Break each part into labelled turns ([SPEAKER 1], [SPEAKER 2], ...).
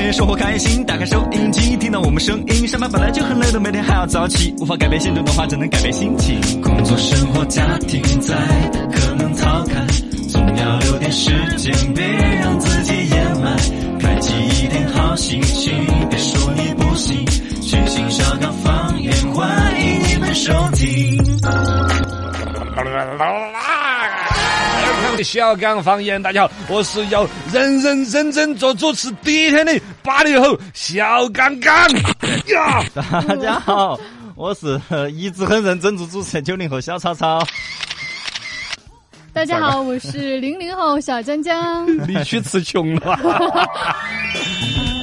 [SPEAKER 1] 天生活开心，打开收音机，听到我们声音。上班本来就很累的，每天还要早起，无法改变现状的话，只能改变心情。工作、生活、家庭在，可能逃开，总要留点时间，别让自己掩埋。开启一点好心情，别说你不行，全新小岗方言，欢迎你们收听。
[SPEAKER 2] 我们的小港方言，大家好，我是要认认真真做主持第一天的八零后小刚刚呀，
[SPEAKER 1] 大家好，我是呃一直很认真做主持人九零后小草草。
[SPEAKER 3] 大 家好，我是零零后小江江。
[SPEAKER 2] 你去吃穷了。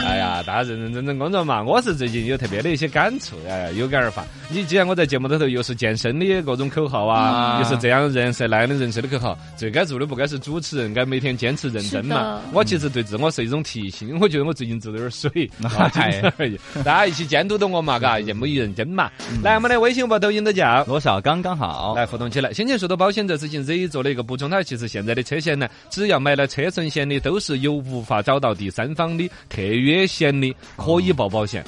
[SPEAKER 2] 哎呀，大家认认真真工作嘛！我是最近有特别的一些感触，哎，有感而发。你既然我在节目里头又是健身的各种口号啊，又是这样人设那样的人设的口号，最该做的不该是主持人，该每天坚持认真
[SPEAKER 3] 是
[SPEAKER 2] 嘛
[SPEAKER 3] 的。
[SPEAKER 2] 我其实对自我是一种提醒，我觉得我最近做的有点 水，啊仅此而已。 大家一起监督到我嘛，嘎，一目一认真嘛。来，我们的微信、微博、抖音都叫。
[SPEAKER 1] 罗小刚刚好，
[SPEAKER 2] 来互动起来。先前说到保险这事情，Z 做了一个补充，它其实现在的车险呢，只要买了车损险的，都是有无法找到第三方的特约险的，可以报保险。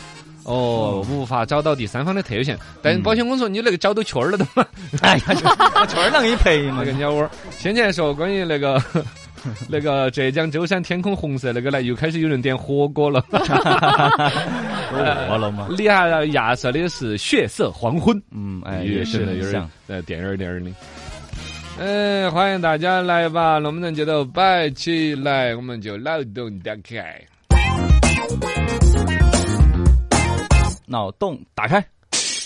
[SPEAKER 2] 哦，无法找到第三方的特约险，但保险公司说你那个找到圈儿了的嘛，
[SPEAKER 1] 哎呀， 我全让你赔嘛
[SPEAKER 2] 那个 鸟窝儿。先前说关于那个那个浙江舟山天空红色那个呢，又开始有人点火锅了。哎
[SPEAKER 1] 我了吗？
[SPEAKER 2] 厉害了，亚瑟的是血色黄昏。
[SPEAKER 1] 嗯，哎，
[SPEAKER 2] 也是
[SPEAKER 1] 的，
[SPEAKER 2] 的，有
[SPEAKER 1] 像
[SPEAKER 2] 点。呃点儿点儿的。嗯，欢迎大家来吧，龙门阵节奏摆起来，我们就脑洞打开。
[SPEAKER 1] 脑洞打开，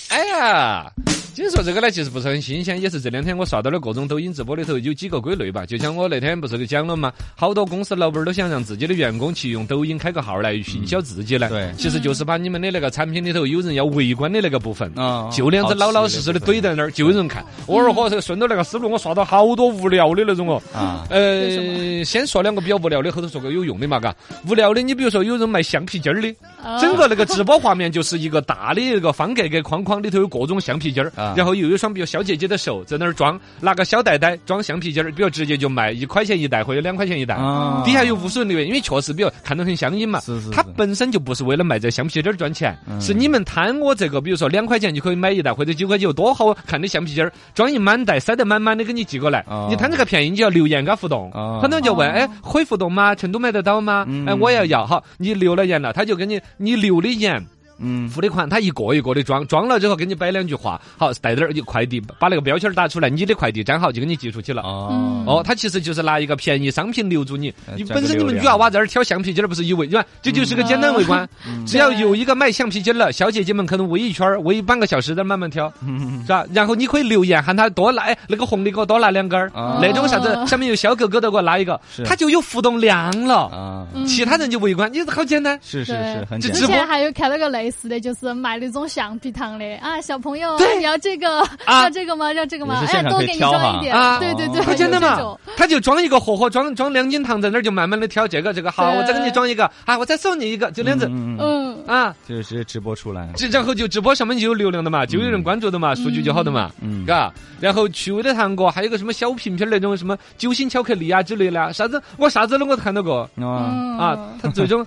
[SPEAKER 2] 哎呀，今天说这个呢，其实不是很新鲜，也是这两天我刷到的各种抖音直播里头有几个归类吧。就像我那天不是给讲了嘛，好多公司老板都想让自己的员工去用抖音开个号来营销自己呢。
[SPEAKER 1] 对
[SPEAKER 2] 其实就是把你们的那个产品里头有人要围观的那个部分。
[SPEAKER 1] 嗯
[SPEAKER 2] 就那样子老老实实的怼在那儿，就有人看。偶尔和这个顺着那个思路，我刷到好多无聊的那种哦。
[SPEAKER 1] 啊，
[SPEAKER 3] 为什
[SPEAKER 2] 呃，先说两个比较无聊的，后头说个有用的嘛，嘎。无聊的，你比如说有人卖橡皮筋儿的，
[SPEAKER 3] 哦
[SPEAKER 1] 啊
[SPEAKER 2] 整个那个直播画面就是一个大的一个方格格框框，里头有各种橡皮筋儿
[SPEAKER 1] 啊，
[SPEAKER 2] 然后又有一双比如小姐姐的手在那儿装，拿个小袋袋装橡皮筋儿，比如直接就卖一块钱一袋或者两块钱一袋。
[SPEAKER 1] 啊
[SPEAKER 2] 底下有无数人留言，因为确实，比如看到很相应嘛，
[SPEAKER 1] 是是是嗯
[SPEAKER 2] 他本身就不是为了卖这橡皮筋儿赚钱，是你们贪我这个，比如说两块钱就可以买一袋，或者九块九，多好看的橡皮筋儿，装一满袋，塞得满满的给你寄过来
[SPEAKER 1] 哦，
[SPEAKER 2] 你贪这个便宜，你就要留言跟他互动
[SPEAKER 1] 哦，
[SPEAKER 2] 很多人就问，哎，可以互动吗？成都买得到吗
[SPEAKER 1] 嗯？
[SPEAKER 2] 哎，我要要，好，你留了言了，他就给你你留的言。
[SPEAKER 1] 嗯，
[SPEAKER 2] 付的款，他一个一个的装，装了之后给你摆两句话，好，带点儿你快递，把那个标签儿打出来，你的快递粘好就给你寄出去了。
[SPEAKER 1] 哦
[SPEAKER 3] 嗯，
[SPEAKER 2] 哦，他其实就是拿一个便宜商品留住你
[SPEAKER 1] 呃。
[SPEAKER 2] 你
[SPEAKER 1] 赚
[SPEAKER 2] 本
[SPEAKER 1] 个
[SPEAKER 2] 身你
[SPEAKER 1] 流
[SPEAKER 2] 们女
[SPEAKER 1] 量嗯
[SPEAKER 2] 娃娃在那儿挑橡皮筋儿，不是以为对吧？这就是个简单围观。
[SPEAKER 3] 嗯
[SPEAKER 2] 只要有一个卖橡皮筋儿了，小姐姐们可能围一圈儿，围半个小时在那儿慢慢挑，
[SPEAKER 1] 嗯
[SPEAKER 2] 是吧？然后你可以留言喊他多拿，哎，那个红的给我多拿两根儿，
[SPEAKER 1] 啊
[SPEAKER 2] 那种啥子上面有小狗狗的给我拿一个
[SPEAKER 1] 是，
[SPEAKER 2] 他就有互动量了。
[SPEAKER 1] 啊，
[SPEAKER 3] 嗯
[SPEAKER 2] 其他人就围观，你好简单。
[SPEAKER 1] 是是
[SPEAKER 3] 对
[SPEAKER 1] 是，很
[SPEAKER 2] 这
[SPEAKER 1] 简
[SPEAKER 2] 直
[SPEAKER 3] 之
[SPEAKER 2] 播
[SPEAKER 3] 前还有看到个类似的，就是卖那种橡皮糖的啊，小朋友
[SPEAKER 2] 对
[SPEAKER 3] 你要这个，
[SPEAKER 2] 啊
[SPEAKER 3] 要这个吗？要这个吗
[SPEAKER 1] 也？是
[SPEAKER 3] 哎
[SPEAKER 1] 现场
[SPEAKER 3] 呀，多
[SPEAKER 1] 可以
[SPEAKER 3] 给你
[SPEAKER 1] 挑
[SPEAKER 3] 装
[SPEAKER 1] 哈
[SPEAKER 3] 一点
[SPEAKER 2] 啊，
[SPEAKER 3] 对对对，
[SPEAKER 2] 他
[SPEAKER 3] 有
[SPEAKER 2] 真的
[SPEAKER 3] 这
[SPEAKER 2] 嘛
[SPEAKER 3] 种，
[SPEAKER 2] 他就装一个盒盒，装装两斤糖在那儿就慢慢的挑这个这个，好，
[SPEAKER 3] 对
[SPEAKER 2] 我再给你装一个，啊，我再送你一个，就那样子
[SPEAKER 1] 嗯，嗯嗯
[SPEAKER 3] 嗯，
[SPEAKER 2] 啊。
[SPEAKER 1] 就是直接直播出来，
[SPEAKER 2] 这然后就直播上面就有流量的嘛，就有人关注的嘛，数据就好的嘛，
[SPEAKER 1] 嗯
[SPEAKER 2] 嘎。然后趣味的糖果，还有个什么小瓶瓶儿那种什么酒心巧克力啊之类的啊，啥子我啥子都我都看到过
[SPEAKER 1] 啊，
[SPEAKER 3] 嗯
[SPEAKER 2] 啊。他 最终，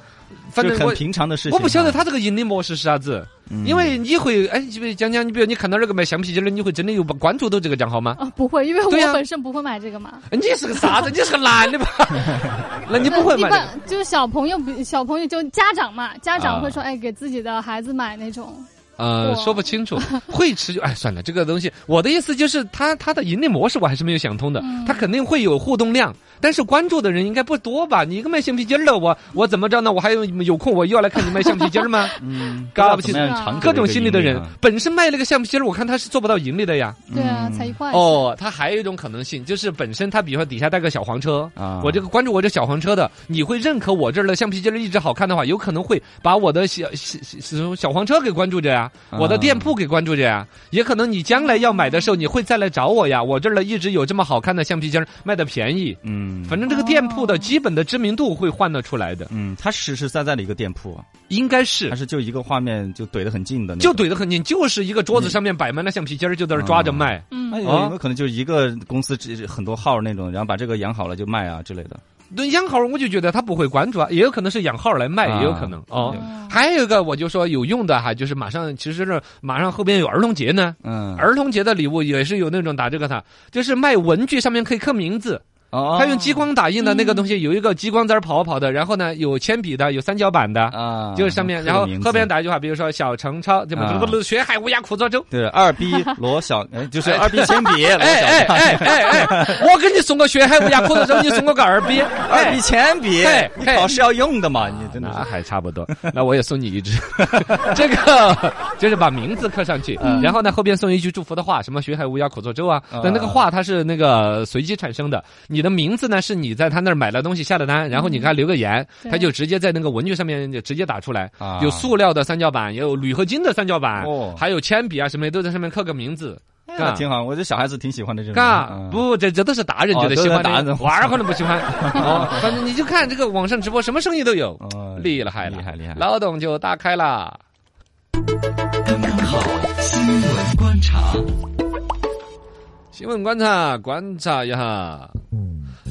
[SPEAKER 2] 反
[SPEAKER 1] 就
[SPEAKER 2] 正
[SPEAKER 1] 是很
[SPEAKER 2] 我
[SPEAKER 1] 平常的事情啊，
[SPEAKER 2] 我不晓得他这个盈利模式是啥子，
[SPEAKER 1] 嗯，
[SPEAKER 2] 因为你会哎，你比如讲讲，你比如你看到那个卖橡皮筋儿的，你会真的有关注到这个账号 吗？
[SPEAKER 3] 啊，不会，因为我
[SPEAKER 2] 对呀
[SPEAKER 3] 本身不会买这个嘛。
[SPEAKER 2] 哎你是个啥子？你是个男的吧？那你不会
[SPEAKER 3] 呃一
[SPEAKER 2] 买这个？
[SPEAKER 3] 般就是小朋友不，小朋友就家长嘛，家
[SPEAKER 2] 啊
[SPEAKER 3] 长会说，哎，给自己的孩子买那种。
[SPEAKER 2] 呃，
[SPEAKER 3] 我
[SPEAKER 2] 说不清楚， 会持久。哎，算了，这个东西，我的意思就是，它它的盈利模式我还是没有想通的。它肯定会有互动量，但是关注的人应该不多吧？你一个卖橡皮筋儿的，我我怎么着呢？我还有有空，我又要来看你卖橡皮筋儿吗？
[SPEAKER 1] 嗯，
[SPEAKER 2] 搞不
[SPEAKER 1] 不知道怎
[SPEAKER 2] 清
[SPEAKER 1] 么样长久
[SPEAKER 2] 各
[SPEAKER 1] 的
[SPEAKER 2] 种
[SPEAKER 1] 一个
[SPEAKER 2] 心理的
[SPEAKER 1] 盈利
[SPEAKER 2] 人
[SPEAKER 1] 啊，
[SPEAKER 2] 本身卖那个橡皮筋儿，我看他是做不到盈利的呀。
[SPEAKER 3] 对啊，
[SPEAKER 1] 嗯
[SPEAKER 3] 才一块钱。
[SPEAKER 2] 哦，他还有一种可能性，就是本身他比如说底下带个小黄车，
[SPEAKER 1] 啊
[SPEAKER 2] 我这个关注我这小黄车的，你会认可我这儿的橡皮筋儿一直好看的话，有可能会把我的小小小小黄车给关注着呀，
[SPEAKER 1] 啊
[SPEAKER 2] 我的店铺给关注着呀，也可能你将来要买的时候，你会再来找我呀，我这儿的一直有这么好看的橡皮筋儿，卖的便宜，
[SPEAKER 1] 嗯，
[SPEAKER 2] 反正这个店铺的
[SPEAKER 3] 哦
[SPEAKER 2] 基本的知名度会换得出来的，
[SPEAKER 1] 嗯，它实实在在的一个店铺啊，
[SPEAKER 2] 应该
[SPEAKER 1] 它
[SPEAKER 2] 是。
[SPEAKER 1] 是就一个画面就怼得很近的那
[SPEAKER 2] 就
[SPEAKER 1] 种，
[SPEAKER 2] 怼得很紧，就是一个桌子上面摆满了橡皮筋儿，就在那儿抓着卖。
[SPEAKER 3] 嗯
[SPEAKER 1] 那有
[SPEAKER 2] 啊
[SPEAKER 1] 有没有可能就一个公司只很多号那种，然后把这个养好了就卖啊之类的？
[SPEAKER 2] 养号我就觉得他不会关注啊，也有可能是养号来卖，也有可能哦。
[SPEAKER 3] 嗯
[SPEAKER 2] 还有一个我就说有用的哈，就是马上其实是马上后边有儿童节呢，
[SPEAKER 1] 嗯，
[SPEAKER 2] 儿童节的礼物也是有那种打这个的，就是卖文具上面可以刻名字，
[SPEAKER 1] 哦嗯
[SPEAKER 2] 他用激光打印的那个东西，有一个激光在那儿跑跑的，然后呢有铅笔的，有三角板的，
[SPEAKER 1] 啊，
[SPEAKER 2] 就是上面，然
[SPEAKER 1] 刻
[SPEAKER 2] 后
[SPEAKER 1] 个名字
[SPEAKER 2] 后边打一句话，比如说小程超怎
[SPEAKER 1] 啊
[SPEAKER 2] 么学海无涯苦 作舟。
[SPEAKER 1] 对二逼罗小，哎就是二逼铅笔，罗
[SPEAKER 2] 哎
[SPEAKER 1] 小
[SPEAKER 2] 哎哎哎哎！ 我给你送个学海无涯苦作舟，你送我个二逼，
[SPEAKER 1] 二
[SPEAKER 2] 哎
[SPEAKER 1] 逼铅笔
[SPEAKER 2] 嘿，
[SPEAKER 1] 你
[SPEAKER 2] 嘿啊
[SPEAKER 1] 考试要用的嘛，你真的
[SPEAKER 2] 那
[SPEAKER 1] 是
[SPEAKER 2] 还差不多， 那我也送你一只。 这个就是把名字刻上去，
[SPEAKER 1] 嗯
[SPEAKER 2] 然后呢后边送一句祝福的话，什么“学海无涯苦作舟”啊。那那个话它是那个随机产生的，你的名字呢是你在他那儿买了东西下的
[SPEAKER 1] 嗯
[SPEAKER 2] 单，然后你给他留个言，
[SPEAKER 3] 对
[SPEAKER 2] 他就直接在那个文具上面就直接打出来
[SPEAKER 1] 啊，
[SPEAKER 2] 有塑料的三角板，也有铝合金的三角板
[SPEAKER 1] 哦，
[SPEAKER 2] 还有铅笔啊什么的都在上面刻个名字。
[SPEAKER 1] 哎
[SPEAKER 2] 干
[SPEAKER 1] 那挺好，我这小孩子挺喜欢的这种。
[SPEAKER 2] 啊嘎
[SPEAKER 1] 嗯，
[SPEAKER 2] 不，这这都是大人觉
[SPEAKER 1] 哦都
[SPEAKER 2] 得喜
[SPEAKER 1] 是
[SPEAKER 2] 欢的，
[SPEAKER 1] 大人
[SPEAKER 2] 娃儿可能不喜欢。哦，反正你就看这个网上直播，什么生意都有。
[SPEAKER 1] 哦
[SPEAKER 2] 厉害了，
[SPEAKER 1] 厉害厉 害！
[SPEAKER 2] 脑洞就打开了。
[SPEAKER 1] 刚刚好，新闻观察，
[SPEAKER 2] 新闻观察，观察一下。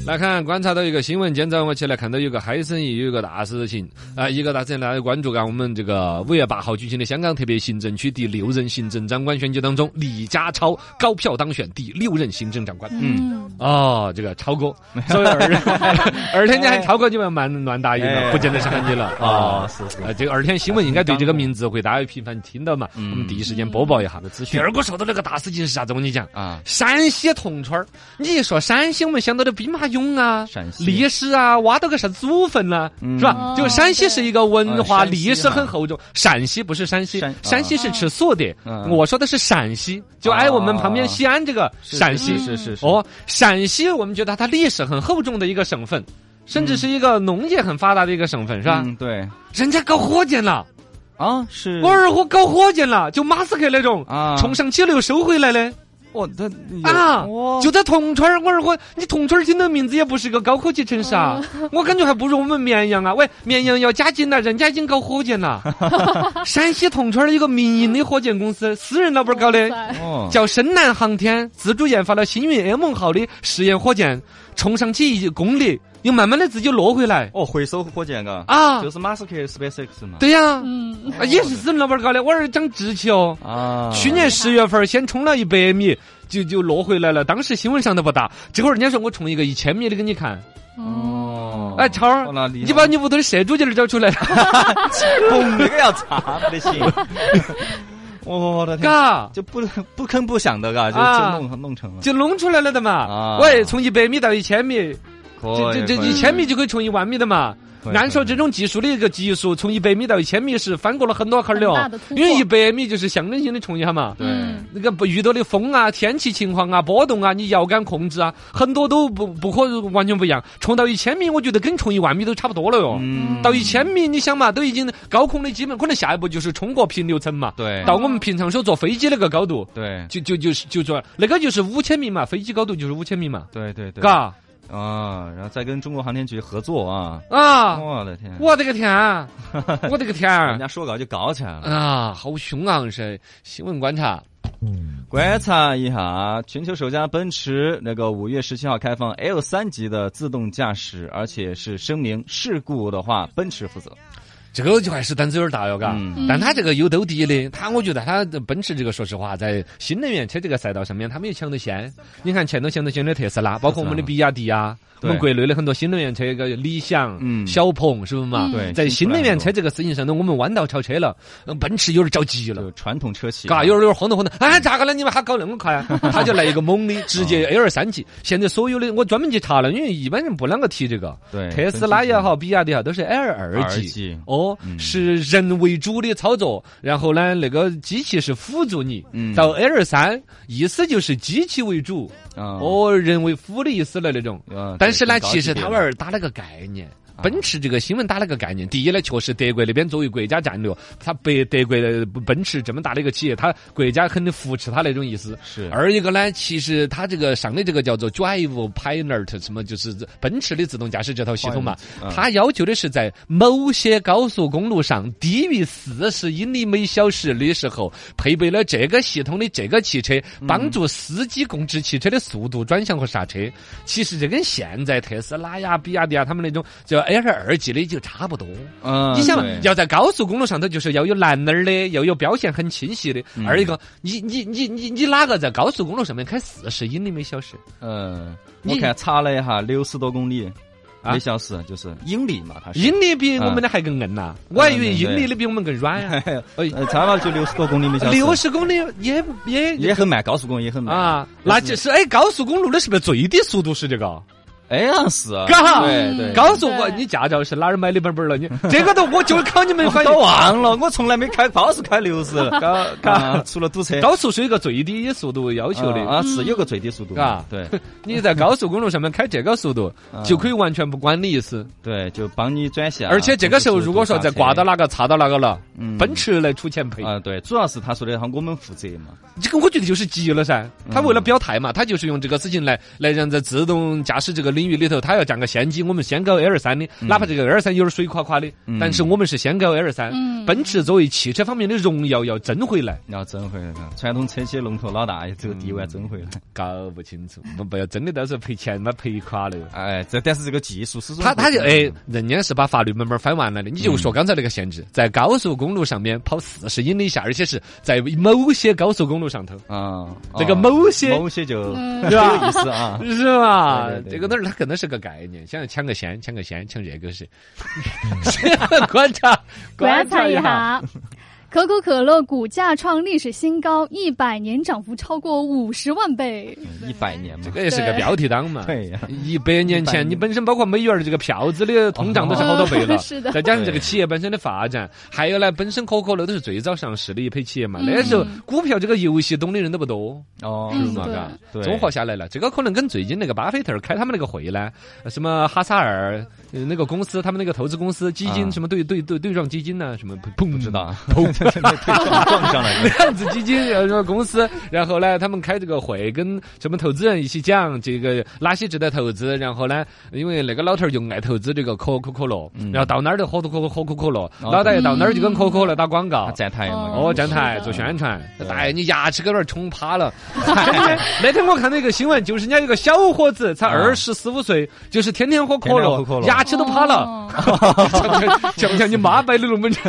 [SPEAKER 2] 来看，观察到一个新闻，今早我起来看到有个嗨生意，有一个大事情啊、一个大事情，大家关注啊。我们这个五月八号举行的香港特别行政区第六任行政长官选举当中，李家超高票当选第六任行政长官。
[SPEAKER 3] 嗯，
[SPEAKER 2] 哦，这个超 哥，所以二二天你还超哥，你们蛮乱打一
[SPEAKER 1] 哎
[SPEAKER 2] 了，不见得是喊你了啊
[SPEAKER 1] 哦，。是是，
[SPEAKER 2] 啊，这个二天新闻应该对这个名字会大家有频繁听到嘛，我
[SPEAKER 1] 嗯
[SPEAKER 2] 们第一时间播报一下。第二个说到那个大事情是啥子？我跟你讲，
[SPEAKER 1] 啊，
[SPEAKER 2] 山西铜川儿，你一说山西，我们想到的兵马俑啊
[SPEAKER 1] 陕、西
[SPEAKER 2] 历史啊，挖到个啥子祖坟啦，
[SPEAKER 1] 嗯
[SPEAKER 2] 是吧？
[SPEAKER 3] 哦
[SPEAKER 2] 就山西是一个文化
[SPEAKER 1] 对呃
[SPEAKER 2] 历史很厚重，陕西不是山西
[SPEAKER 1] 山，哦
[SPEAKER 2] 山西是吃素的
[SPEAKER 1] 嗯。
[SPEAKER 2] 我说的是陕西，就挨我们旁边
[SPEAKER 1] 哦
[SPEAKER 2] 西安这个
[SPEAKER 1] 是
[SPEAKER 2] 陕西
[SPEAKER 1] 是。是是是
[SPEAKER 2] 哦，陕西我们觉得它历史很厚重的一个省份，甚至是一个农业很发达的一个省份，是吧？
[SPEAKER 1] 嗯对
[SPEAKER 2] 人家搞火箭了，
[SPEAKER 1] 啊是
[SPEAKER 2] 沃尔沃搞火箭了，就马斯克那种，
[SPEAKER 1] 啊，
[SPEAKER 2] 从上去了又收回来的
[SPEAKER 1] 我的
[SPEAKER 2] 啊，
[SPEAKER 1] 就
[SPEAKER 2] 就在铜川儿，沃尔沃，你铜川儿听的名字也不是个高科技城市啊，
[SPEAKER 3] 哦
[SPEAKER 2] 我感觉还不如我们绵阳啊。喂，绵阳要加紧了，人家已经搞火 箭了。山西铜川儿有个民营的火箭公司，私人老板儿搞的。
[SPEAKER 3] 哇塞
[SPEAKER 1] 哦
[SPEAKER 2] 叫深蓝航天自主研发了星云 M 号的试验火箭，冲上去一公里，又慢慢的自己落回来
[SPEAKER 1] 哦回收火箭嘎，
[SPEAKER 2] 啊
[SPEAKER 1] 就！是马斯克 SpaceX 嘛，
[SPEAKER 2] 对呀、啊，
[SPEAKER 3] 嗯，
[SPEAKER 2] 也是私人老板搞的，我儿讲志气哦。
[SPEAKER 1] 啊，
[SPEAKER 2] 去年十月份儿先冲了一百米，就就落回来了。当时新闻上都不打，这会儿人家说我冲一个一千米的给你看。
[SPEAKER 1] 哦
[SPEAKER 3] 哦，
[SPEAKER 2] 哎，超儿
[SPEAKER 1] 哦那厉害
[SPEAKER 2] 你把你屋头的射猪劲儿找出来，
[SPEAKER 1] 嘣这个要查不得 行，我的天，
[SPEAKER 2] 嘎，
[SPEAKER 1] 就不不吭不响的嘎，就
[SPEAKER 2] 啊
[SPEAKER 1] 就弄弄成了，
[SPEAKER 2] 就弄出来了的嘛。
[SPEAKER 1] 啊哦
[SPEAKER 2] 喂，从一百米到一千米，这这这一千米就可以冲一万米的嘛。
[SPEAKER 1] 可以
[SPEAKER 2] 按说这种技术的一个级数，从一百米到一千米是翻过了很多坎儿的
[SPEAKER 3] 很大
[SPEAKER 2] 哦
[SPEAKER 3] 的突，破
[SPEAKER 2] 因为一百米就是象征性的冲一下嘛。
[SPEAKER 1] 对
[SPEAKER 3] 嗯
[SPEAKER 2] 那个不遇到的风啊、天气情况啊、波动啊，你遥感控制啊，很多都不不可完全不一样。冲到一千米，我觉得跟冲一万米都差不多了哟。
[SPEAKER 1] 嗯
[SPEAKER 2] 到一千米，你想嘛，都已经高空的基本，可能下一步就是冲过平流层嘛。
[SPEAKER 1] 对
[SPEAKER 2] 到我们平常说坐飞机那个高度，
[SPEAKER 1] 对
[SPEAKER 2] 就就就是就说那个就是五千米嘛，飞机高度就是五千米嘛，
[SPEAKER 1] 对对对，
[SPEAKER 2] 嘎
[SPEAKER 1] 啊，然后再跟中国航天局合作啊，
[SPEAKER 2] 啊！
[SPEAKER 1] 我的天，
[SPEAKER 2] 我的个天啊，我的个天
[SPEAKER 1] 人
[SPEAKER 2] 啊！
[SPEAKER 1] 家说搞就搞起来了。
[SPEAKER 2] 啊，好凶啊！是新闻观察，
[SPEAKER 1] 观察一下，全球首家奔驰那个五月十七号开放 L 三级的自动驾驶，而且是声明事故的话奔驰负责。
[SPEAKER 2] 这个就还是胆子有点大哟，嘎、
[SPEAKER 1] 嗯
[SPEAKER 2] 但他这个有兜底的，他我觉得他奔驰这个，说实话，在新能源车这个赛道上面，他们又抢得先。你看前头抢得先的特斯拉，包括我们的比亚迪啊，我
[SPEAKER 1] 对
[SPEAKER 2] 们国内的很多新能源车，一个理想、
[SPEAKER 1] 嗯
[SPEAKER 2] 小鹏，是不是嘛？
[SPEAKER 3] 嗯对
[SPEAKER 2] 在新能源车这个事情上头，我们弯道超车了，呃奔驰有点着急了
[SPEAKER 1] 就。传统车企，
[SPEAKER 2] 嘎，有点有点慌头慌头，哎，咋个了？你们还搞那么快 啊？他就来一个猛的，直接哎 L 三级。现在所有的我专门去查了，因为一般人不啷个提这个。
[SPEAKER 1] 对
[SPEAKER 2] 特斯拉也好，比亚迪也好，都是 L 二
[SPEAKER 1] 二
[SPEAKER 2] 级。
[SPEAKER 1] 级，
[SPEAKER 2] 哦，
[SPEAKER 1] 嗯
[SPEAKER 2] 是人为主的操作，然后呢，那个机器是辅助你。
[SPEAKER 1] 嗯
[SPEAKER 2] 到 L 三，意思就是机器为主，哦
[SPEAKER 1] 啊，
[SPEAKER 2] 哦，人为辅的意思了那种。
[SPEAKER 1] 啊，
[SPEAKER 2] 但是呢，
[SPEAKER 1] 对
[SPEAKER 2] 其实他
[SPEAKER 1] 更高级别啊
[SPEAKER 2] 玩儿打了个概念，奔驰这个新闻打了个概念，第一呢，确实德国那边作为国家战略，它北德国的奔驰这么大的一个企业，它国家肯定扶持它那种意思。
[SPEAKER 1] 是
[SPEAKER 2] 二一个呢，其实它这个上的这个叫做 Drive Pilot 什么，就是奔驰的自动驾驶这套系统嘛
[SPEAKER 1] Pilot，嗯，
[SPEAKER 2] 它要求的是在某些高速公路上低于四十英里每小时的时候，配备了这个系统的这个汽车，帮
[SPEAKER 1] 嗯
[SPEAKER 2] 助司机控制汽车的速度、转向和刹车。其实这跟现在特斯拉呀、比亚迪啊他们那种叫 L 二 G 的就差不多。
[SPEAKER 1] 嗯，
[SPEAKER 2] 你想嘛
[SPEAKER 1] 对，
[SPEAKER 2] 要在高速公路上头，就是要有栏杆儿的，要有标线很清晰的。
[SPEAKER 1] 嗯
[SPEAKER 2] 二一个，你你你你你哪个在高速公路上面开四十英里每小时？
[SPEAKER 1] 嗯，我
[SPEAKER 2] 你
[SPEAKER 1] 看查了一下，六十多公里
[SPEAKER 2] 啊
[SPEAKER 1] 每小时，就是英里嘛，啊它是。啊
[SPEAKER 2] 英里比我们的还更硬呐！我还以为英里的比我们更软呀。哎
[SPEAKER 1] 呃，差了就六十多公里每小时，
[SPEAKER 2] 六十公里也也
[SPEAKER 1] 也很慢，高速公路也很慢
[SPEAKER 2] 啊，那就是哎，高速公路的是不是最低速度是这个？
[SPEAKER 1] 哎呀是啊，
[SPEAKER 2] 嘎
[SPEAKER 1] 对对，
[SPEAKER 2] 高速
[SPEAKER 3] 对
[SPEAKER 2] 公你驾照是哪儿买的本本儿了？你 这个都我就考你们
[SPEAKER 1] 我
[SPEAKER 2] 反
[SPEAKER 1] 都
[SPEAKER 2] 应。
[SPEAKER 1] 忘了，我从来没开高速开六 十，
[SPEAKER 2] 高
[SPEAKER 1] 啊，除了堵车，
[SPEAKER 2] 高速是有一个最低速度要求的，嗯
[SPEAKER 1] 啊是有个最低速度
[SPEAKER 2] 啊
[SPEAKER 1] 对
[SPEAKER 2] 你在高速公路上面开这个速度
[SPEAKER 1] 啊，
[SPEAKER 2] 就可以完全不管你意思。
[SPEAKER 1] 对，啊就帮你转向，
[SPEAKER 2] 而且这个时候如果说再挂到
[SPEAKER 1] 了，
[SPEAKER 2] 哪个擦到哪个了
[SPEAKER 1] 嗯，
[SPEAKER 2] 奔驰来出钱赔。
[SPEAKER 1] 啊对，主要是他说的哈，我们负责嘛，
[SPEAKER 2] 这个我觉得就是急了噻。
[SPEAKER 1] 嗯
[SPEAKER 2] 他为了表态嘛，他就是用这个事情来来让在自动驾驶这个领域里头，他要占个先机。我们先搞 L 三的，哪怕这个 L 三有点水垮垮的
[SPEAKER 1] 嗯，
[SPEAKER 2] 但是我们是先搞 L 三
[SPEAKER 3] 嗯。
[SPEAKER 2] 奔驰作为汽车方面的荣耀要争回来，
[SPEAKER 1] 要争回来，传统车企龙头老大这个地位争回来，
[SPEAKER 2] 搞不清楚，不不要真的到时候赔钱嘛，赔垮了。
[SPEAKER 1] 哎，这但是这个技术始终
[SPEAKER 2] 他他就
[SPEAKER 1] 不
[SPEAKER 2] 哎
[SPEAKER 1] 行，
[SPEAKER 2] 人家是把法律门门翻完了的。你
[SPEAKER 1] 嗯
[SPEAKER 2] 就说刚才那个限制，在高速公路上面跑四十英里以下，而且是在某些高速公路上头，
[SPEAKER 1] 啊，
[SPEAKER 2] 这个
[SPEAKER 1] 啊
[SPEAKER 2] 某些。
[SPEAKER 1] 某些就
[SPEAKER 3] 嗯
[SPEAKER 1] 很 有意思啊
[SPEAKER 2] 是吧
[SPEAKER 1] 对对？对
[SPEAKER 2] 这个东西它可能是个概念，想要抢个先，抢个先，抢这个是， 观察
[SPEAKER 3] 观察一
[SPEAKER 2] 下。
[SPEAKER 3] 下。可口可乐股价创历史新高，一百年涨幅超过五十万倍。
[SPEAKER 1] 嗯一百年嘛
[SPEAKER 2] 这，个也是嗯个标题 党嘛。
[SPEAKER 1] 对呀，
[SPEAKER 2] 一百年前，你本身包括美元儿这个票子的通胀都是好多倍了，
[SPEAKER 3] 嗯是的
[SPEAKER 2] 再加上这个企业本身的发展，还有呢，本身可口可乐都是最早上市的一批企业嘛。
[SPEAKER 3] 嗯
[SPEAKER 2] 那时候股票这个游戏懂的人都不多，
[SPEAKER 1] 哦，
[SPEAKER 3] 嗯
[SPEAKER 2] 是嘛？
[SPEAKER 3] 对
[SPEAKER 2] 嘎，
[SPEAKER 1] 对
[SPEAKER 2] 综合下来了，这个可能跟最近那个巴菲特开他们那个会呢，什么哈萨尔呃那个公司，他们那个投资公司基金
[SPEAKER 1] 啊
[SPEAKER 2] 什么对对对对撞基金呢，什么
[SPEAKER 1] 不
[SPEAKER 2] 砰不
[SPEAKER 1] 知 道，
[SPEAKER 2] 砰
[SPEAKER 1] 撞上来 了，
[SPEAKER 2] 量子基金然后什么公司，然后呢，他们开这个会，跟什么投资人一起讲这个哪些值得投资，然后呢，因为那个老头儿就爱投资这个可口可乐，然后到哪儿都喝可口可口可乐，
[SPEAKER 1] 哦
[SPEAKER 2] 老大爷到哪儿就跟可口可乐打广 告。
[SPEAKER 1] 站台嘛，
[SPEAKER 2] 哦，站台做宣传，嗯大爷你牙齿给那儿冲趴 了。那天我看到一个新闻，就是人家有个小伙子才
[SPEAKER 1] 啊
[SPEAKER 2] 二十四五岁，就是天天喝可
[SPEAKER 1] 天天喝可
[SPEAKER 2] 乐，
[SPEAKER 1] 乐
[SPEAKER 2] 牙齿都趴了。
[SPEAKER 3] 哦
[SPEAKER 2] 像不像像不像你 妈摆的龙门阵？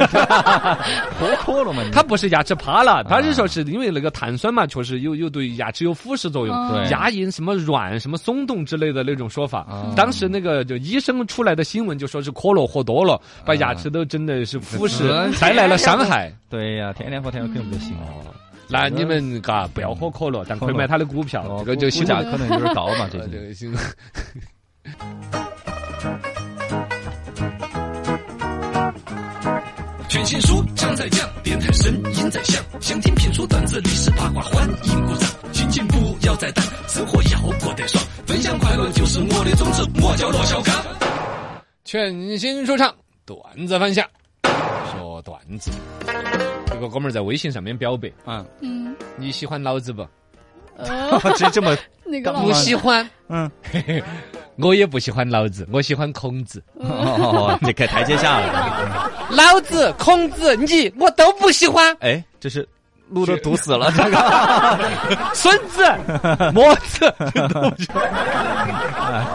[SPEAKER 1] 喝可了嘛，
[SPEAKER 2] 嗯他不是牙齿趴
[SPEAKER 1] 啊
[SPEAKER 2] 了，他是说是因为那个碳酸嘛，确实有有对牙齿有腐蚀作用，
[SPEAKER 1] 对
[SPEAKER 2] 牙龈什么软、什么松动之类的那种说法。
[SPEAKER 1] 啊
[SPEAKER 2] 当时那个就医生出来的新闻就说是可乐喝多了，把牙齿都整的是腐
[SPEAKER 1] 啊
[SPEAKER 2] 蚀，带来了伤害。哦
[SPEAKER 1] 对呀，天天喝天天肯定不行啊。
[SPEAKER 2] 那你们嘎不要喝可乐，但可以买他的股
[SPEAKER 4] 啊
[SPEAKER 1] 哦
[SPEAKER 2] 票，这个就
[SPEAKER 1] 股
[SPEAKER 2] 新
[SPEAKER 1] 价
[SPEAKER 2] 闻。
[SPEAKER 1] 可能有点高嘛，最
[SPEAKER 2] 呃这
[SPEAKER 1] 近。
[SPEAKER 2] 个新
[SPEAKER 5] 全新书trang在酱，电台声音在响，想听评书、段子、历史八卦，欢迎鼓掌。心情不要再淡，生活要过得爽，分享快乐就是我的宗旨，我叫罗小刚。
[SPEAKER 2] 全新说唱段子分享，说段子。这个哥们儿在微信上面表白，
[SPEAKER 1] 嗯，
[SPEAKER 3] 嗯，
[SPEAKER 2] 你喜欢老子不？
[SPEAKER 3] 呃，
[SPEAKER 1] 这这么
[SPEAKER 3] 那个老
[SPEAKER 2] 不喜欢。
[SPEAKER 1] 嗯，
[SPEAKER 2] 我也不喜欢老子，我喜欢孔子。
[SPEAKER 1] 哦，你给台阶下了。
[SPEAKER 2] 老子、孔子，你我都不喜欢。
[SPEAKER 1] 哎，这是路都堵死了，这 个
[SPEAKER 2] 孙 子、墨子， 这都不喜欢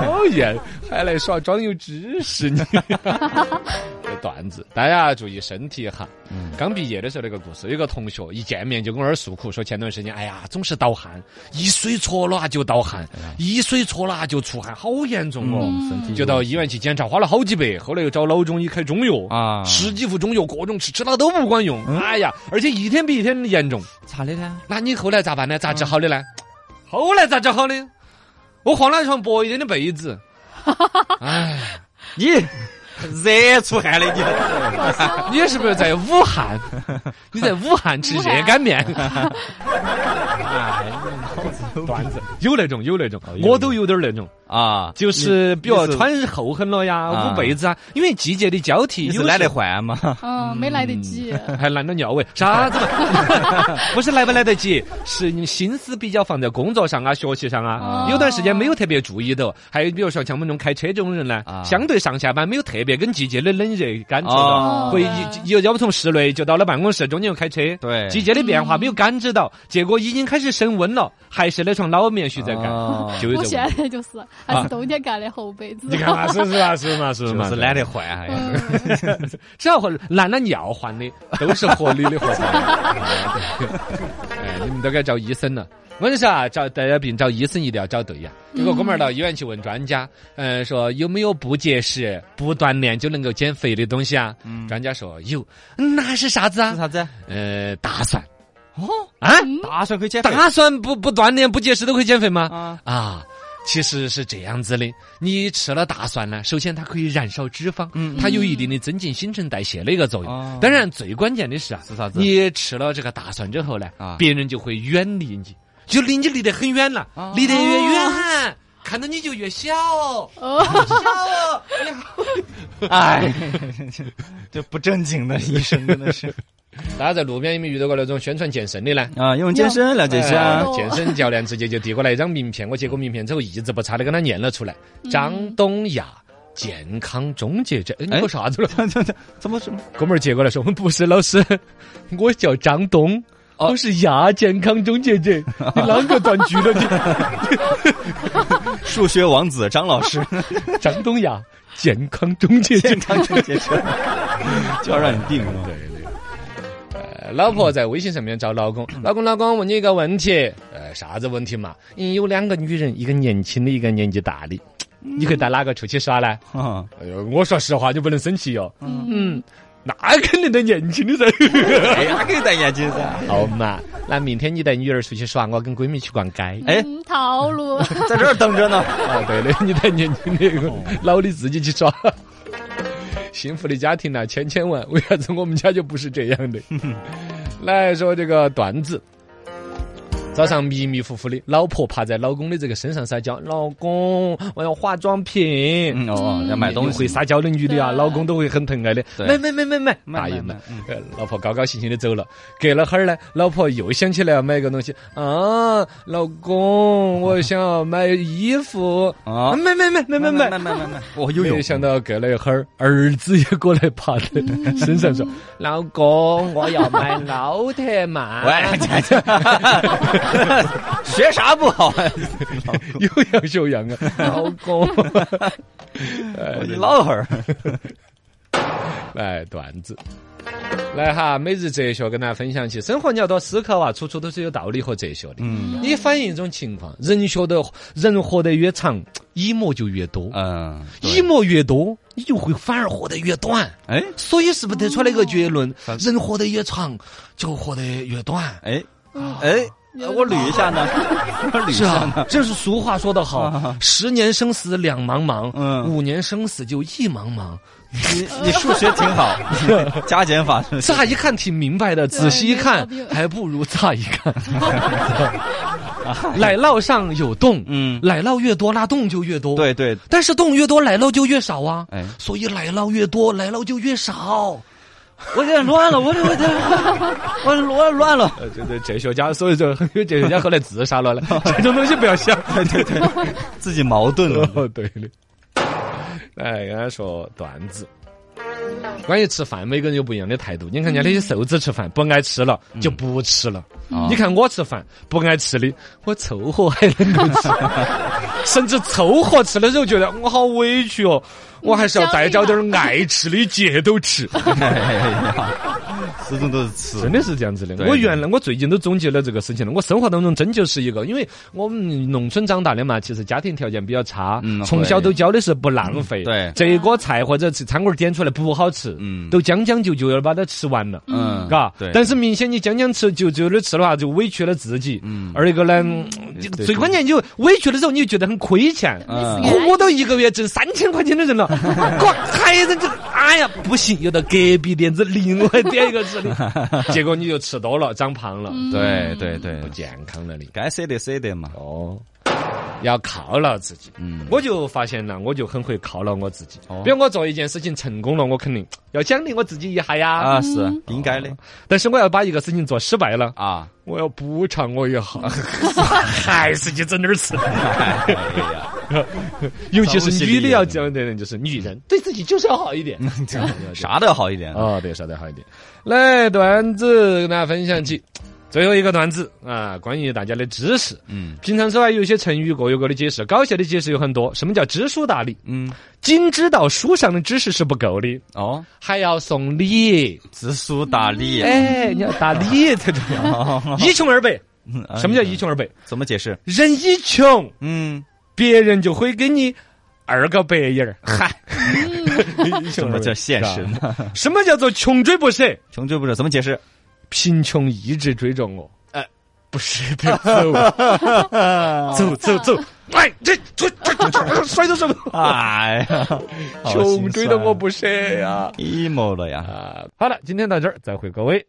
[SPEAKER 2] 讨厌，还来耍装有 知识你。这段子，大家注意身体哈。
[SPEAKER 1] 嗯
[SPEAKER 2] 刚毕业的时候那个故事，有个同学一见面就跟我那儿诉苦，说前段时间哎呀总是盗汗，一水搓了啊就盗汗，一水搓了啊就出汗，好严重哦。
[SPEAKER 1] 哎嗯身体
[SPEAKER 2] 就到医院去检查，花了好几百，后来又找老中医开中药
[SPEAKER 1] 啊嗯
[SPEAKER 2] 十几副中药各种吃，吃了都不管用，哎呀，而且一天比一天严重。
[SPEAKER 1] 咋的呢？
[SPEAKER 2] 那你后来咋办呢？
[SPEAKER 4] 嗯
[SPEAKER 2] 咋治好的呢？后来咋治好的？我换了一床薄一点的 被子。哎，
[SPEAKER 1] 你热出汗 了，你
[SPEAKER 2] 你是不是在武 汉？你在武汉吃热干面？
[SPEAKER 1] 哎
[SPEAKER 2] 段子有那种，有那种，我都有点那种。
[SPEAKER 4] 啊，
[SPEAKER 2] 就是比如
[SPEAKER 4] 哦你是
[SPEAKER 2] 穿厚很了呀，
[SPEAKER 4] 啊
[SPEAKER 2] 捂被子啊，因为季节的交替，
[SPEAKER 4] 你是
[SPEAKER 2] 有时
[SPEAKER 4] 懒得换 嘛？
[SPEAKER 3] 嗯，没来得及。
[SPEAKER 2] 还懒得尿味，啥子嘛？ 不是来不来得及，是你心思比较放在工作上啊、学习上啊，
[SPEAKER 3] 哦
[SPEAKER 2] 有段时间没有特别注意到。还有比如说像我们这种开车这种人呢，
[SPEAKER 4] 啊
[SPEAKER 2] 相对上下班没有特别跟季节的冷热感知到。
[SPEAKER 4] 哦
[SPEAKER 2] 会
[SPEAKER 3] 啊对
[SPEAKER 2] 要要不从室内就到了办公室，中间又开车，
[SPEAKER 4] 对
[SPEAKER 2] 季节的变化没有感知到，结果已经开始升温了，还是那床老棉絮在干
[SPEAKER 4] 哦，
[SPEAKER 1] 啊
[SPEAKER 2] 就有
[SPEAKER 3] 啊我
[SPEAKER 2] 这
[SPEAKER 3] 现
[SPEAKER 2] 种。
[SPEAKER 3] 在就是，还是冬天盖的厚被子。
[SPEAKER 2] 你看嘛，是不是嘛，是不是嘛，是不是
[SPEAKER 4] 就
[SPEAKER 2] 嘛，
[SPEAKER 4] 是懒得换哎呀。
[SPEAKER 3] 嗯，
[SPEAKER 2] 只要换懒了尿换的，都是合理的活 法。哎，你们都该找医生了。我跟你说啊，找得了病找医生一定要找对呀、有
[SPEAKER 3] 嗯
[SPEAKER 2] 个哥们儿到医院去问专家，嗯、说有没有不节食、不锻炼就能够减肥的东西啊？
[SPEAKER 3] 嗯
[SPEAKER 2] 专家说有，那是啥子
[SPEAKER 4] 是
[SPEAKER 2] 啊？
[SPEAKER 4] 啥子？
[SPEAKER 2] 呃，大蒜
[SPEAKER 4] 哦，
[SPEAKER 2] 啊，
[SPEAKER 4] 大蒜可以减肥
[SPEAKER 2] 大蒜不不锻炼、不节食都可以减肥吗？
[SPEAKER 4] 啊！
[SPEAKER 2] 啊，其实是这样子的，你吃了大蒜呢，首先它可以燃烧脂肪，
[SPEAKER 4] 嗯
[SPEAKER 2] 它有一定的增进新陈代谢的一个作用。
[SPEAKER 4] 哦
[SPEAKER 2] 当然，最关键的是啊，
[SPEAKER 4] 是啥子
[SPEAKER 2] 你吃了这个大蒜之后呢，
[SPEAKER 4] 啊
[SPEAKER 2] 别人就会远离你，就离你离得很远了，
[SPEAKER 4] 哦
[SPEAKER 2] 离得越远，看到你就越小。
[SPEAKER 3] 哦，
[SPEAKER 4] 哎，这不正经的医生真的是
[SPEAKER 2] 大家在路边有没有遇到过那种宣传健身的呢？
[SPEAKER 4] 啊，用健身了解一
[SPEAKER 2] 哎
[SPEAKER 4] 下
[SPEAKER 3] 哦
[SPEAKER 2] 健身教练直接就递过来一张名片，我接过名片之后一字不差的跟他念了出来：
[SPEAKER 4] 嗯
[SPEAKER 2] 张东亚。健康终结者，哎，你
[SPEAKER 4] 哎
[SPEAKER 2] 说啥子了？
[SPEAKER 4] 怎怎怎怎么怎么？
[SPEAKER 2] 哥们儿接过来说：“不是老师，我叫张东，
[SPEAKER 4] 哦
[SPEAKER 2] 我是亚健康终结 者。你啷个断句了？你
[SPEAKER 4] 数学王子张老师，
[SPEAKER 2] 张东亚健康终结者
[SPEAKER 4] 健。康正解决，就要让你定了。
[SPEAKER 2] 呃”老婆在微信上面找老公，
[SPEAKER 4] 嗯
[SPEAKER 2] 老公老公问你一个问题，呃，啥子问题嘛？嗯，有两个女人，一个年轻的，一个年纪大的，
[SPEAKER 4] 嗯
[SPEAKER 2] 你会带哪个出去耍呢？
[SPEAKER 4] 啊，
[SPEAKER 2] 哎呦，我说实话，你不能生气哟。
[SPEAKER 3] 嗯，
[SPEAKER 2] 那肯定得年轻的噻。
[SPEAKER 4] 哎呀，给戴眼镜噻。
[SPEAKER 2] 好嘛，那明天你带女儿出去耍，我跟闺蜜去 逛街。
[SPEAKER 4] 哎
[SPEAKER 3] 嗯套路。
[SPEAKER 4] 在这儿等着呢。
[SPEAKER 2] 啊，对的， 你太年轻的，老的自己去耍。幸福的家庭呐、千千万，为啥子我们家就不是这样 的？来说这个段子。早上迷迷糊糊的，老婆趴在老公的这个身上撒娇：“老公，我要化妆品。
[SPEAKER 4] 嗯哦，要买东西。
[SPEAKER 2] 会撒娇的女的啊，
[SPEAKER 3] 对
[SPEAKER 2] 老公都会很疼爱的。
[SPEAKER 4] 对
[SPEAKER 2] 买买买买买，
[SPEAKER 4] 买
[SPEAKER 2] 答应
[SPEAKER 4] 买
[SPEAKER 2] 了。呃老婆高高兴兴的走了。隔了会儿呢，老婆又想起来要买个东西啊，老公，我想要买衣 服。
[SPEAKER 4] 啊，
[SPEAKER 2] 买买买买买
[SPEAKER 4] 买
[SPEAKER 2] 买！
[SPEAKER 4] 买买买！我又
[SPEAKER 2] 没有
[SPEAKER 4] 有
[SPEAKER 2] 想到隔了一会儿，儿子也过来趴在身上说：“嗯老公，我要买老特 曼。”
[SPEAKER 4] 喂，这这学啥不好啊？
[SPEAKER 2] 有样学样啊，老公。
[SPEAKER 4] 你唠会儿。
[SPEAKER 2] 来哎段子。来哈，每日哲学跟大家分享起，生活你要多思考啊，处处都是有道理和哲学的。
[SPEAKER 4] 嗯
[SPEAKER 2] 你反映一种情况，人学得人活得越长，一模就越多，
[SPEAKER 4] 嗯，
[SPEAKER 2] 一模越多，你就会反而活得越短。
[SPEAKER 4] 哎
[SPEAKER 2] 所以是不是得出来一个结论
[SPEAKER 4] 哦？
[SPEAKER 2] 人活得越长，就活得越短。
[SPEAKER 4] 哎哎，我捋一下呢，我捋一
[SPEAKER 2] 是
[SPEAKER 4] 下呢。
[SPEAKER 2] 啊，这是俗话说得好
[SPEAKER 4] 啊，
[SPEAKER 2] 十年生死两茫茫，
[SPEAKER 4] 嗯
[SPEAKER 2] 五年生死就一茫茫。
[SPEAKER 4] 你你数学挺好，加减法是不是
[SPEAKER 2] 乍一看挺明白的，仔细一看
[SPEAKER 3] 没毛病
[SPEAKER 2] 还不如乍一 看。奶酪上有洞，
[SPEAKER 4] 嗯，
[SPEAKER 2] 奶酪越多，那洞就越多。，
[SPEAKER 4] 对对，
[SPEAKER 2] 但是洞越多，奶酪就越少啊。
[SPEAKER 4] 哎
[SPEAKER 2] 所以奶酪越多，奶酪就越少。
[SPEAKER 4] 我有点乱了，我这我这我乱乱了。
[SPEAKER 2] 呃，这这哲学家，所以说哲学家后来自杀 了，这种东西不要想。
[SPEAKER 4] 对对对，自己矛盾了。
[SPEAKER 2] 哦，对的。来，跟他说段子。关于吃饭，每个人有不一样的态度。你看人家那些瘦子吃饭不爱吃了，
[SPEAKER 4] 嗯
[SPEAKER 2] 就不吃了。
[SPEAKER 4] 啊
[SPEAKER 2] 你看我吃饭不爱吃的，我凑合还能够 吃，甚至凑合吃了之后觉得我好委屈哦，
[SPEAKER 4] 嗯
[SPEAKER 2] 我还是要再找点儿
[SPEAKER 4] 啊
[SPEAKER 2] 爱吃的节都 吃。
[SPEAKER 4] 哎呀，始终都是吃
[SPEAKER 2] 真的是这样子的。
[SPEAKER 4] 对
[SPEAKER 2] 我原来我最近都总结了这个事情了。我生活当中真就是一个，因为我们农村长大的嘛，其实家庭条件比较差，
[SPEAKER 4] 嗯
[SPEAKER 2] 从小都教的是不浪费。
[SPEAKER 4] 对
[SPEAKER 2] 这个菜或者是餐馆儿点出来不好吃，
[SPEAKER 4] 嗯
[SPEAKER 2] 都将将就就要把它吃完了。
[SPEAKER 4] 嗯，
[SPEAKER 2] 嘎，
[SPEAKER 4] 对，
[SPEAKER 2] 但是明显你将将吃就就的吃的话，就委屈了自己。
[SPEAKER 4] 嗯
[SPEAKER 2] 而一个呢，嗯这个
[SPEAKER 4] 对
[SPEAKER 2] 最关键就委屈了之后，你就觉得很亏欠。
[SPEAKER 4] 嗯
[SPEAKER 2] 我都一个月挣三千块钱的人了，哥还认这，哎呀不行，又到隔壁店子另外点一个吃的，结果你就
[SPEAKER 1] 嗯
[SPEAKER 2] 吃多了，长胖了，
[SPEAKER 4] 对对对
[SPEAKER 2] 不，健康了你。
[SPEAKER 4] 该舍得舍得嘛。
[SPEAKER 2] 哦，要犒劳自己。
[SPEAKER 1] 嗯
[SPEAKER 2] 我就发现了，我就很会犒劳我自己。
[SPEAKER 1] 哦
[SPEAKER 2] 比如我做一件事情成功了，我肯定要奖励我自己一下呀。
[SPEAKER 1] 啊，是应该的
[SPEAKER 2] 但是我要把一个事情做失败了，
[SPEAKER 1] 啊。
[SPEAKER 2] 我要补偿我一下， 还是去整点儿吃。
[SPEAKER 1] 哎呀，
[SPEAKER 2] 尤其是女的要讲的人，就是女人对自己就是要好一 点。
[SPEAKER 1] 啥都要好一点。
[SPEAKER 2] 哦，对，稍微好一点。来，段子跟大家分享起，最后一个段子啊，关于大家的知识。
[SPEAKER 1] 嗯
[SPEAKER 2] 平常之外，有一些成语各有各的解释，搞笑的解释有很多。什么叫知书达理？
[SPEAKER 1] 嗯，
[SPEAKER 2] 仅知道书上的知识是不够的，
[SPEAKER 1] 哦，
[SPEAKER 2] 还要送礼。
[SPEAKER 1] 知书达理。
[SPEAKER 2] 哎，你要打礼才重要。
[SPEAKER 1] 哦
[SPEAKER 2] 一穷二白，什么叫一？
[SPEAKER 1] 嗯
[SPEAKER 2] 穷二白？
[SPEAKER 1] 怎么解释？
[SPEAKER 2] 人一穷，
[SPEAKER 1] 嗯，
[SPEAKER 2] 别人就会给你二个白眼儿。
[SPEAKER 1] 嗨，
[SPEAKER 2] 一
[SPEAKER 1] 什
[SPEAKER 2] 穷
[SPEAKER 1] 么
[SPEAKER 2] 二白
[SPEAKER 1] 叫现实？
[SPEAKER 2] 是吧
[SPEAKER 1] 呢？
[SPEAKER 2] 什么叫做穷追不舍？
[SPEAKER 1] 穷追不舍怎么解释？
[SPEAKER 2] 贫穷一直追着我，
[SPEAKER 1] 呃
[SPEAKER 2] 哎，不是的， 走，走走走，哎，这这这这这摔都摔不倒，
[SPEAKER 1] 哎呀，好心
[SPEAKER 2] 穷追的
[SPEAKER 1] 酸啊
[SPEAKER 2] 我不舍呀、
[SPEAKER 1] emo 了呀。
[SPEAKER 2] 啊！好了，今天到这儿，再会各位。